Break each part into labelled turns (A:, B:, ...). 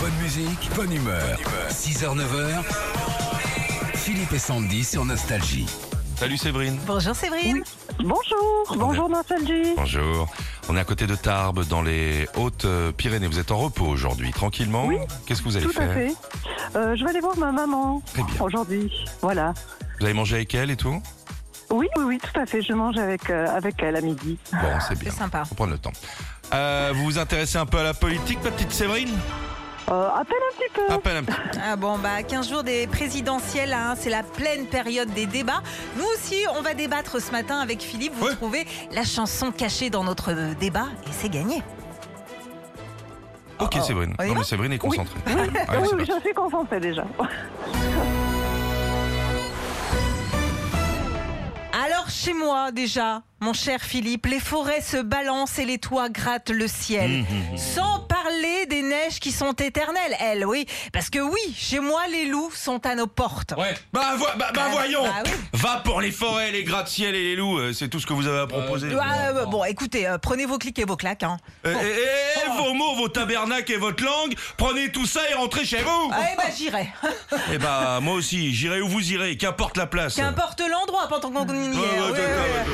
A: Bonne musique, bonne humeur. 6h, 9h. Philippe et Sandy sur Nostalgie.
B: Salut Séverine.
C: Bonjour Séverine.
D: Bonjour, bonjour Nostalgie.
B: Bonjour. On est à côté de Tarbes, dans les Hautes-Pyrénées. Vous êtes en repos aujourd'hui, tranquillement.
D: Oui,
B: Qu'est-ce que vous allez
D: Tout
B: faire
D: à fait. Euh, je vais aller voir ma maman
B: Très bien.
D: aujourd'hui. Voilà.
B: Vous allez manger avec elle et tout
D: Oui, oui, oui, tout à fait. Je mange avec, euh, avec elle à midi.
B: Bon, c'est
C: C'est
B: bien.
C: sympa.
B: Faut prendre le temps. Euh, vous vous intéressez un peu à la politique, ma petite Séverine
D: Euh, à peine un petit peu.
B: À peine un petit-
C: Ah bon, bah 15 jours des présidentielles, hein, c'est la pleine période des débats. Nous aussi, on va débattre ce matin avec Philippe. Vous
B: Ouais.
C: trouvez la chanson cachée dans notre euh, débat et c'est gagné.
B: Ok, Séverine.
C: on y
B: Non,
C: va
B: mais Séverine est concentrée.
D: Ah
B: Allez,
D: oui,
B: c'est
D: oui,
B: parti.
D: je suis concentrée déjà.
C: Alors chez moi déjà, mon cher Philippe, les forêts se balancent et les toits grattent le ciel. Sans parler des neiges qui sont éternelles, elles, oui. Parce que oui, chez moi, les loups sont à nos portes.
E: Ouais.
B: Bah, vo- bah- bah,
D: Ah,
C: Bah,
B: voyons
C: bah oui.
B: Va pour les forêts, les gratte-ciel et les loups, euh, c'est tout ce que vous avez à proposer.
D: Euh,
C: Ouais,
D: bah,
C: ouais, bon, écoutez, Ah, euh, prenez vos clics et vos claques. Hein.
B: Eh, eh, eh,
D: Oh.
B: vos mots, vos tabernacles et votre langue, prenez tout ça et rentrez chez vous
D: Ah,
C: Eh ben, j'irai.
B: Eh bah, moi aussi, j'irai où vous irez, qu'importe la place.
C: Qu'importe l'endroit pendant qu'on y est.
B: Ah, Ouais, ouais,
C: Oui,
B: d'accord,
C: oui, oui.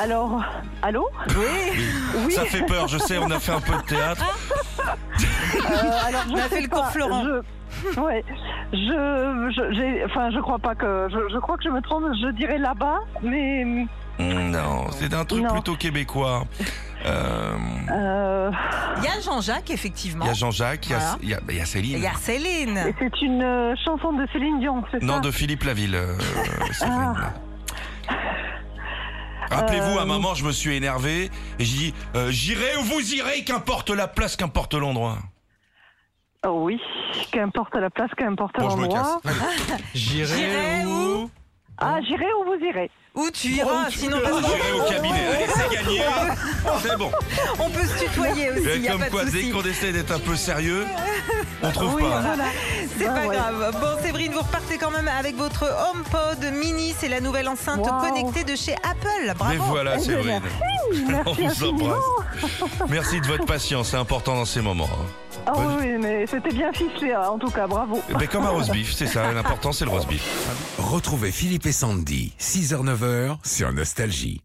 D: Alors, allô Oui.
B: Ça fait peur, je sais, on a fait un peu de théâtre.
D: euh, alors, je
C: On a
D: sais
C: fait le
D: pas,
C: cours Florent.
D: Je... Ouais. Je, je, j'ai- enfin, je crois pas que, je, je crois que je me trompe. Je dirais là-bas, mais
B: Mm, Non, c'est un truc
D: Non.
B: plutôt québécois. Euh,
D: euh,
C: Il y a Jean-Jacques, effectivement.
B: Il y a Jean-Jacques, il y a-
C: Voilà.
B: il y, a- ben, il y a Céline.
C: Il y a Céline.
D: et c'est une euh, chanson de Céline Dion, c'est ça
B: Non, de Philippe Laville. euh, Céline.
C: Ah.
B: Rappelez-vous, à un
D: Euh.
B: moment, je me suis énervé et j'ai dit euh, J'irai où vous irez, qu'importe la place, qu'importe l'endroit.
D: Oh oui, qu'importe la place, qu'importe
B: Bon, je me
D: l'endroit.
B: casse.
C: J'irai où
D: Ah, j'irai où vous irez.
C: Où tu
B: Oh,
C: iras, sinon parce qu'on-
B: J'irai au cabinet. Allez, c'est gagné. C'est bon.
C: on peut se tutoyer aussi, il
B: Et
C: n'y a
B: comme
C: pas
B: quoi,
C: de
B: dès
C: souci.
B: qu'on essaie d'être un peu sérieux, on trouve
D: oui,
B: pas.
D: voilà.
C: C'est
D: Ah
C: pas
D: ouais.
C: grave. Bon, Séverine, vous repartez quand même avec votre HomePod mini. C'est la nouvelle enceinte
D: Wow.
C: connectée de chez Apple.
B: Et
C: Bravo.
B: voilà,
D: Eh bien,
B: Séverine. On
D: Merci
B: vous
D: infiniment.
B: embrasse. Merci de votre patience, c'est important dans ces moments. hein.
D: Ah oui,
B: Bonne-
D: oui, mais c'était bien ficelé, hein, en tout cas, bravo.
B: Ben, comme un roast beef, c'est ça, l'important c'est le roast beef.
A: Retrouvez Philippe et Sandy, 6h, 9h sur Nostalgie.